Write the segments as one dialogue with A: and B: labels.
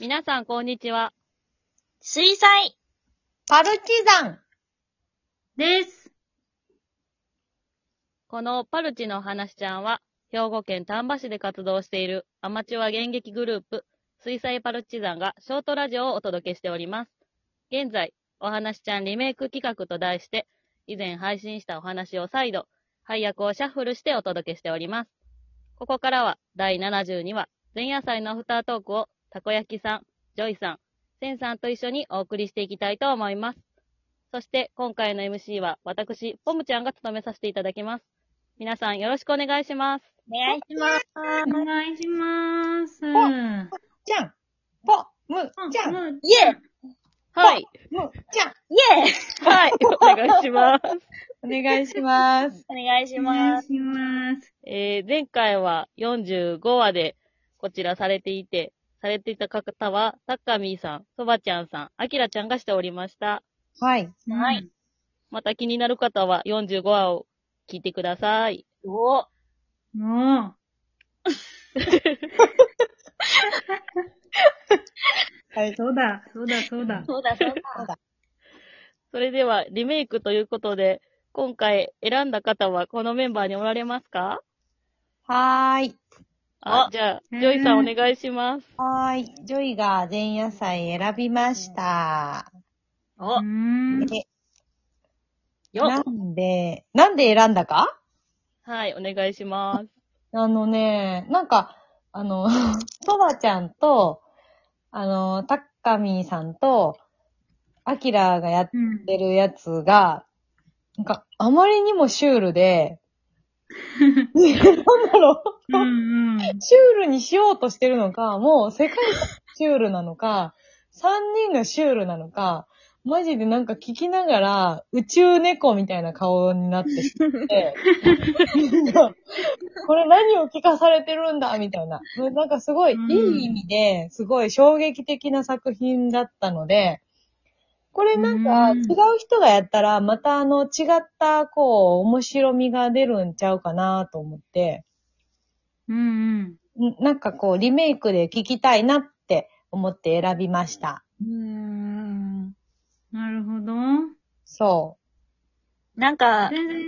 A: 皆さん、こんにちは。
B: 水彩
C: パルチザン。
B: です。
A: このパルチのお話ちゃんは、兵庫県丹波市で活動しているアマチュア現役グループ、水彩パルチザンがショートラジオをお届けしております。現在、お話ちゃんリメイク企画と題して、以前配信したお話を再度、配役をシャッフルしてお届けしております。ここからは、第72話、前夜祭のアフタートークを、たこ焼きさん、ジョイさん、センさんと一緒にお送りしていきたいと思います。そして、今回の MC は、私、ポムちゃんが務めさせていただきます。皆さんよろしくお願いします。
B: お願いします。
C: お
D: お願いします。
C: ぽちゃん。ぽ、む、ちゃん。む、
D: うん
B: イェイ
A: はい。
C: ちゃん。
B: イェイ
A: はい。お願いします。
C: お願いします。
B: お願いし
D: お願
B: ま
D: い
B: す。
D: します。
A: えー、前回は45話でこちらされていて、されていた方は、タッカミーさん、そばちゃんさん、アキラちゃんがしておりました。
C: はい。
B: はい
A: また気になる方は45話を聞いてください。
B: お
D: うん。 も
C: はい、
D: う、そうだ、そうだ、そうだ。
B: そうだそうだ。
A: それでは、リメイクということで、今回選んだ方はこのメンバーにおられますか
C: はーい。
A: あ
B: あ、
A: じゃあ、ジ
D: うん
A: ョイさんお願いします。
C: はーい。ジョイが前夜祭選びました。
B: お
D: うーん。
C: でな
B: よ
C: んで、なんで選んだか
A: はい、お願いします。
C: あのね、なんか、あの、 とばちゃんと、あの、たっかみーさんと、あきらがやっ
D: うん
C: てるやつが、なんか、あまりにもシュールで、なんだろう
D: うんうん。
C: シュールにしようとしてるのか、もう世界シュールなのか、三人がシュールなのか、マジでなんか聞きながら宇宙猫みたいな顔になってしまって、 みんなこれ何を聞かされてるんだみたいな。なんかすごい、い
D: うん
C: い意味で、すごい衝撃的な作品だったので、これなんか
D: う
C: 違
D: ん
C: う人がやったら、またあの違ったこう、面白みが出るんちゃうかなと思って、
D: うんうん。
C: んなんかこう、リメイクで聞きたいなって思って選びました。
B: うん。
D: なるほど。
C: そ
B: なんか、
D: 全然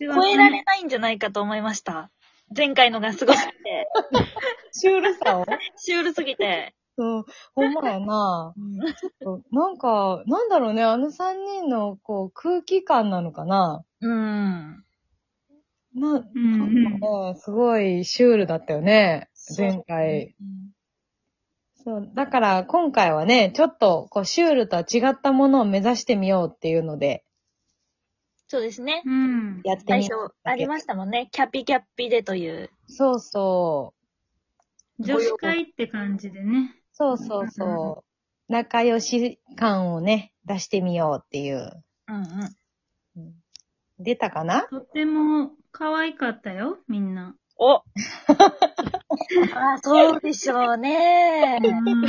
D: 違う。
B: 超えられないんじゃないかと思いました。前回のがすごすぎて、
C: う。シュールさを
B: シュールすぎて。
C: そう、ほんまやな。そうなんか、なんだろうね、あの三人のこう、空気感なのかな。
B: うん。
C: な、なん
D: うんうん。
C: かね、すごいシュールだったよね。
B: そう
C: 前回。そう、だから今回はね、ちょっとこう、シュールとは違ったものを目指してみようっていうので、
B: そうですね。
D: うん。
C: やって
B: 最
C: み
B: 初、ありましたもんね。キャピキャッピでという。
C: そうそう。
D: 女子会って感じでね。
C: そうそうそう。仲良し感をね、出してみようっていう。
B: うんうん。
C: 出たかな
D: とっても可愛かったよ、みんな。
B: おあ、そうでしょうね。
D: うん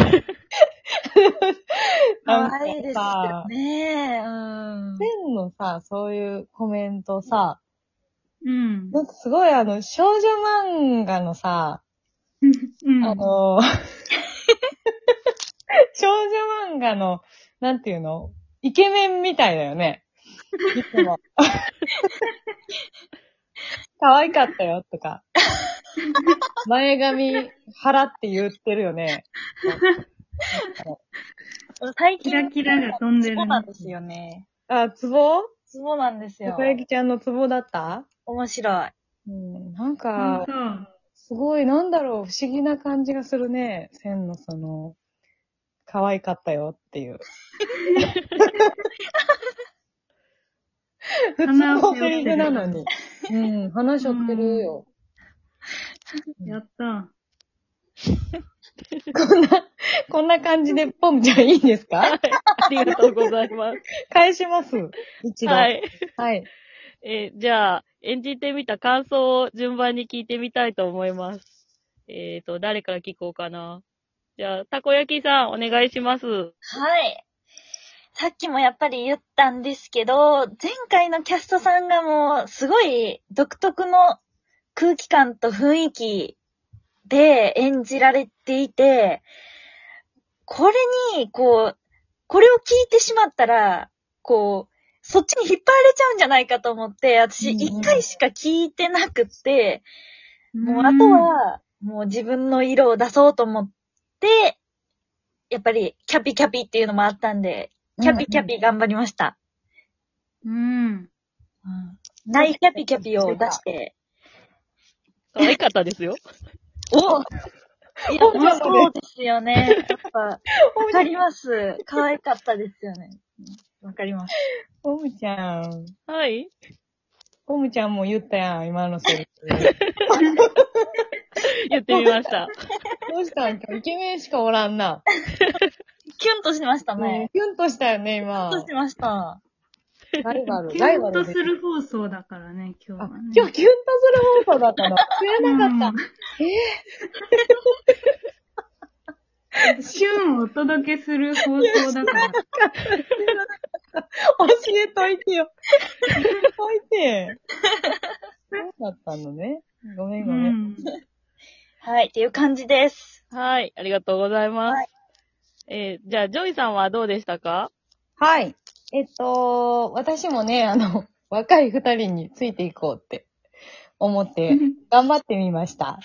B: 可愛いです
C: なん
B: よ
C: かさ
B: ね。うん。
C: ペンのさ、そういうコメントさ、
D: うん。
C: なんかすごいあの、少女漫画のさ、
D: うん。
C: あ の、少女漫画の、なんていうのイケメンみたいだよね。いつ も。可愛かったよ、とか。前髪腹って言ってるよね。
B: 最
D: キ
B: 近。
D: ラキラが飛んでるね。
B: そうなんですよね。
C: あ、ツボ
B: そうなんです
C: た
B: よ
C: こ。焼きちゃんのツボだった
B: 面白い。
C: うん、なん
D: ほん
C: か
D: と、
C: すごい、なんだろう、不思議な感じがするね。線のその、可愛かったよっていう。普通
D: 鼻を
C: の
D: 背負ってる
C: セリフなのに。うん、話しょってるよ。
D: やった。
C: こんな感じで、ポムちゃんいいですか
A: ありがとうございます。
C: 返します。一度。
A: は
C: はい。
A: い。えーじゃあ、演じてみた感想を順番に聞いてみたいと思います。えっ、と、誰から聞こうかな。じゃあ、たこ焼きさん、お願いします。
B: はい。さっきもやっぱり言ったんですけど、前回のキャストさんがもう、すごい独特の空気感と雰囲気で演じられていて、これに、こう、これを聞いてしまったら、こう、そっちに引っ張られちゃうんじゃないかと思って、私
C: うんうん
B: 一回しか聞いてなくって、もうあ
D: ん
B: と、は、もう自分の色を出そうと思って、やっぱりキャピキャピっていうのもあったんで、キャピキャピ頑張りました。
D: うん。
B: ないキャピキャピを出して。
A: 可愛かったですよ。
B: おいや、
C: 本当だね
B: そうですよ ね。やっぱ、わかります。可愛かったですよね。わかります。
C: オムちゃん。
A: はい。
C: オムちゃんも言ったやん、今のセリフ。
A: 言ってみました。
C: どうしたん今日イケメンしかおらんな。
B: キュンとしました
C: うん
B: ね。
C: キュンとしたよね、
B: キュ
C: 今
B: ンと。しました。
C: ライバル、
D: キ
C: ライ
D: ュ
C: バ
D: ンと
C: ル
D: す
C: で。
D: る放送だからね、今日
C: あ
D: は、ね。
C: 今日キュンとする放送だったの。知らなかっ
D: うんキュンをお届けする放送だから。
C: た。教えといてよ。教えといて。そうだったのね。ごめん
D: う
C: ごめん。
D: ん。
B: はい、っていう感じです。
A: はい。ありがとうございます。
B: はい
A: えーじゃあ、ジョイさんはどうでしたか
C: はい。えっと、私もね、あの、若い二人についていこうって思って、頑張ってみました。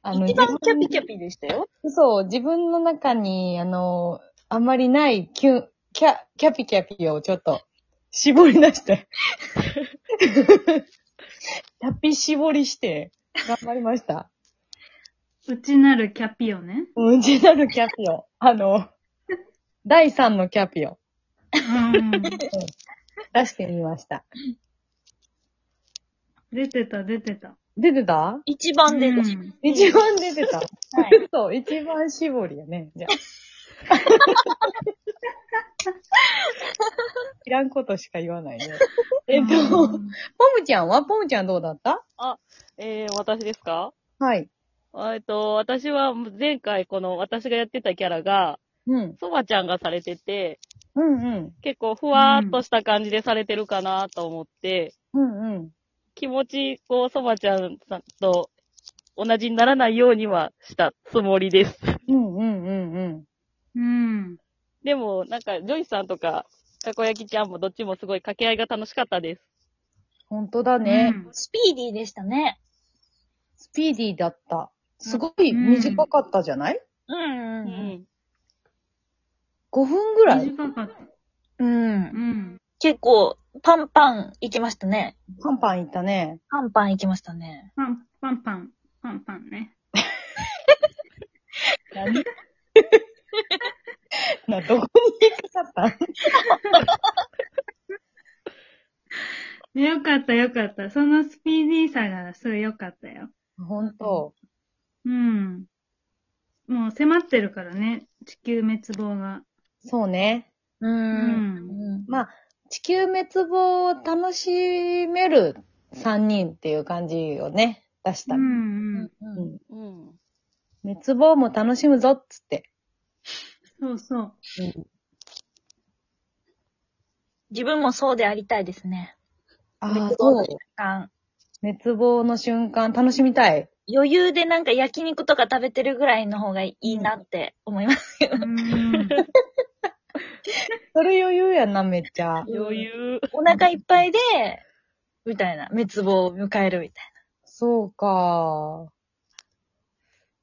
C: あの、
B: 一番キャピキャピでしたよ。
C: そう、自分の中に、あの、あんまりないキュン、キャ、キャピキャピをちょっと、絞り出して。 キャピ絞りして、頑張りました。
D: 内なるキャピをね。
C: うんちなるキャピを。あの、第3のキャピを
D: うん。
C: 出してみました。
D: 出てた、出てた。
C: 出てた
B: 一番で、
D: うん
C: 一番出てた。
B: はい。
C: そう、一番絞りやね。じゃあ。 いらんことしか言わないね。えっと、ポムちゃんはポムちゃんどうだった
A: えー、私ですか
C: はい。
A: えっと、私は前回この私がやってたキャラが、
C: うん。
A: そばちゃんがされてて、
C: うんうん。
A: 結構ふわーっとした感じでされてるかなと思って、
C: うんうん。
A: 気持ち、こう、そばちゃんさんと同じにならないようにはしたつもりです。
C: うんうんうんうん。
D: うん。
A: でも、なんか、ジョイさんとか、たこ焼きちゃんもどっちもすごい掛け合いが楽しかったです。
C: ほんとだね。
D: うん
B: スピーディーでしたね。
C: スピーディーだった。すごい短かったじゃない、
B: うん
A: う
B: うん
A: ん。
C: ?5 分ぐらい
D: 短かった。
B: うん。う。
D: うんん。
B: 結構、パンパン行きましたね。
C: パンパンいったね。
B: パンパン行きましたね。
D: パン、パンパン、パンパンね。
C: な、どこに行きたかった
D: よかった、よかった。そのスピーディーさが、すごいよかったよ。
C: ほんと。
D: うん。もう迫ってるからね、地球滅亡が。
C: そうね。
B: う。
D: うんん。
C: まあ、地球滅亡を楽しめる3人っていう感じをね、出し
D: う
C: た。
D: んうん。
C: うん
A: うん。
C: 滅亡も楽しむぞっつって。
D: そうそう。
B: 自分もそうでありたいですね。
C: ああ、
B: そう
C: そうだよ。
B: あ
C: 滅亡の瞬間楽しみたい。
B: 余裕でなんか焼肉とか食べてるぐらいの方がいいなって思います。
D: うん。
C: それ余裕やな、めっちゃ。
A: 余裕。
B: お腹いっぱいで、みたいな。滅亡を迎えるみたい
C: そうか。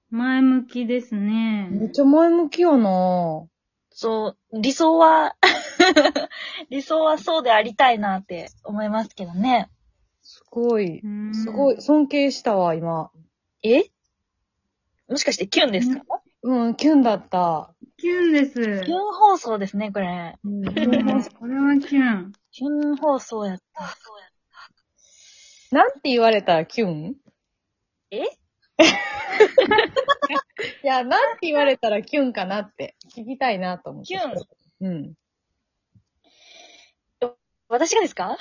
D: 前向きですね。
C: めっちゃ前向きよな。
B: な。そう、理想は、 理想はそうでありたいなって思いますけどね。
C: すごい。
D: うん
C: すごい。。尊敬したわ、今。
B: えもしかしてキュンですか、
C: うん、キュンだった。
D: キュンです。
B: キュン放送ですね、これ。
C: うん、
D: うんこれはキュン。
B: キュン放送やった。
C: なんて言われたらキュン
B: え
C: いや、なんて言われたらキュンかなって。聞きたいなと思って。
B: キュン
C: うん。
B: 私がですか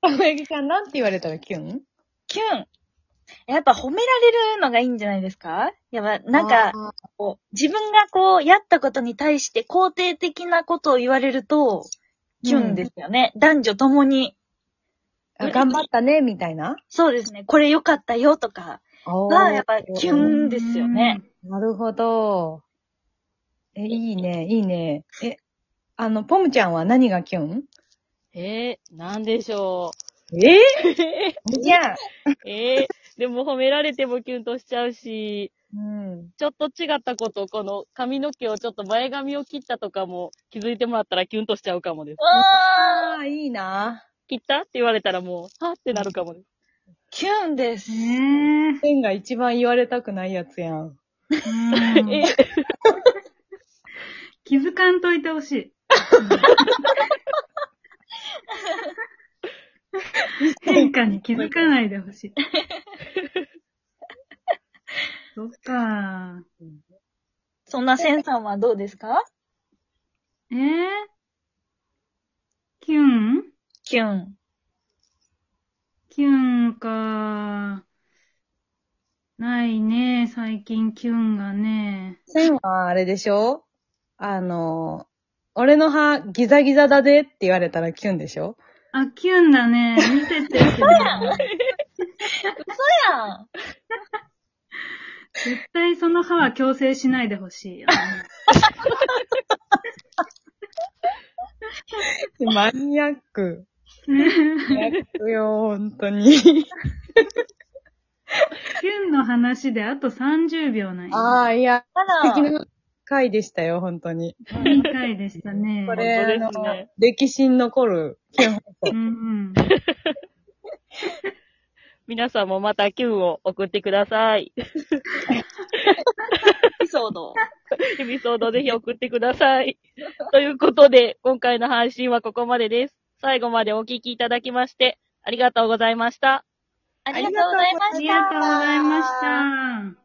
C: たこ焼きちゃん、なんて言われたらキュン
B: キュン。やっぱ褒められるのがいいんじゃないですかやっぱ、なんか、、こう自分がこう、やったことに対して肯定的なことを言われると、キュンですよね。男女ともに。
C: あ頑張ったね、みたいな。
B: そうですね。これ良かったよとか
C: あ
B: が、やっぱキュンですよね。
C: なるほど。え、いいね、いいね。え、あの、ポムちゃんは何がキュン
A: えー、なんでしょ
C: え
B: じゃあ、
A: う。えー、でも褒められてもキュンとしちゃうし、
C: うん。
A: ちょっと違ったこと、この髪の毛をちょっと前髪を切ったとかも気づいてもらったらキュンとしちゃうかもです。
C: ああ、いいな。
A: 切ったって言われたらもう、はってなるかもです。
B: キュンです。
D: ね
C: ペンが一番言われたくないやつやん。
D: え。うん
A: え
D: 気づかんといてほしい。変化に気づかないでほしい。そっか。
B: そんなセンさんはどうですか
D: えー、キュン
B: キュン。
D: キュンか。ないね、最近キュンがね。
C: センはあれでしょあの、俺の歯ギザギザだぜって言われたらキュンでしょ
D: あ、キュンだね。見ててるけど。
B: やん。
D: 絶対その歯は矯正しないでほしいよね。
C: マニアック。
D: ね
C: マニアックよ、本当に。
D: キュンの話であと30秒ない。
C: ああ、いや、
B: あ
C: 素
B: ら、
C: 敵な回でしたよ、本当に。
D: いい回でしたね。
C: これ、
A: 本当ですね
C: あの歴史に残るキュン
D: うんうん。
A: 皆さんもまたキュンを送ってください。
B: エピソード。
A: エピソードをぜひ送ってください。ということで、今回の配信はここまでです。最後までお聞きいただきまして、ありがとうございました。
B: ありがとうございました。
D: ありがとうございました。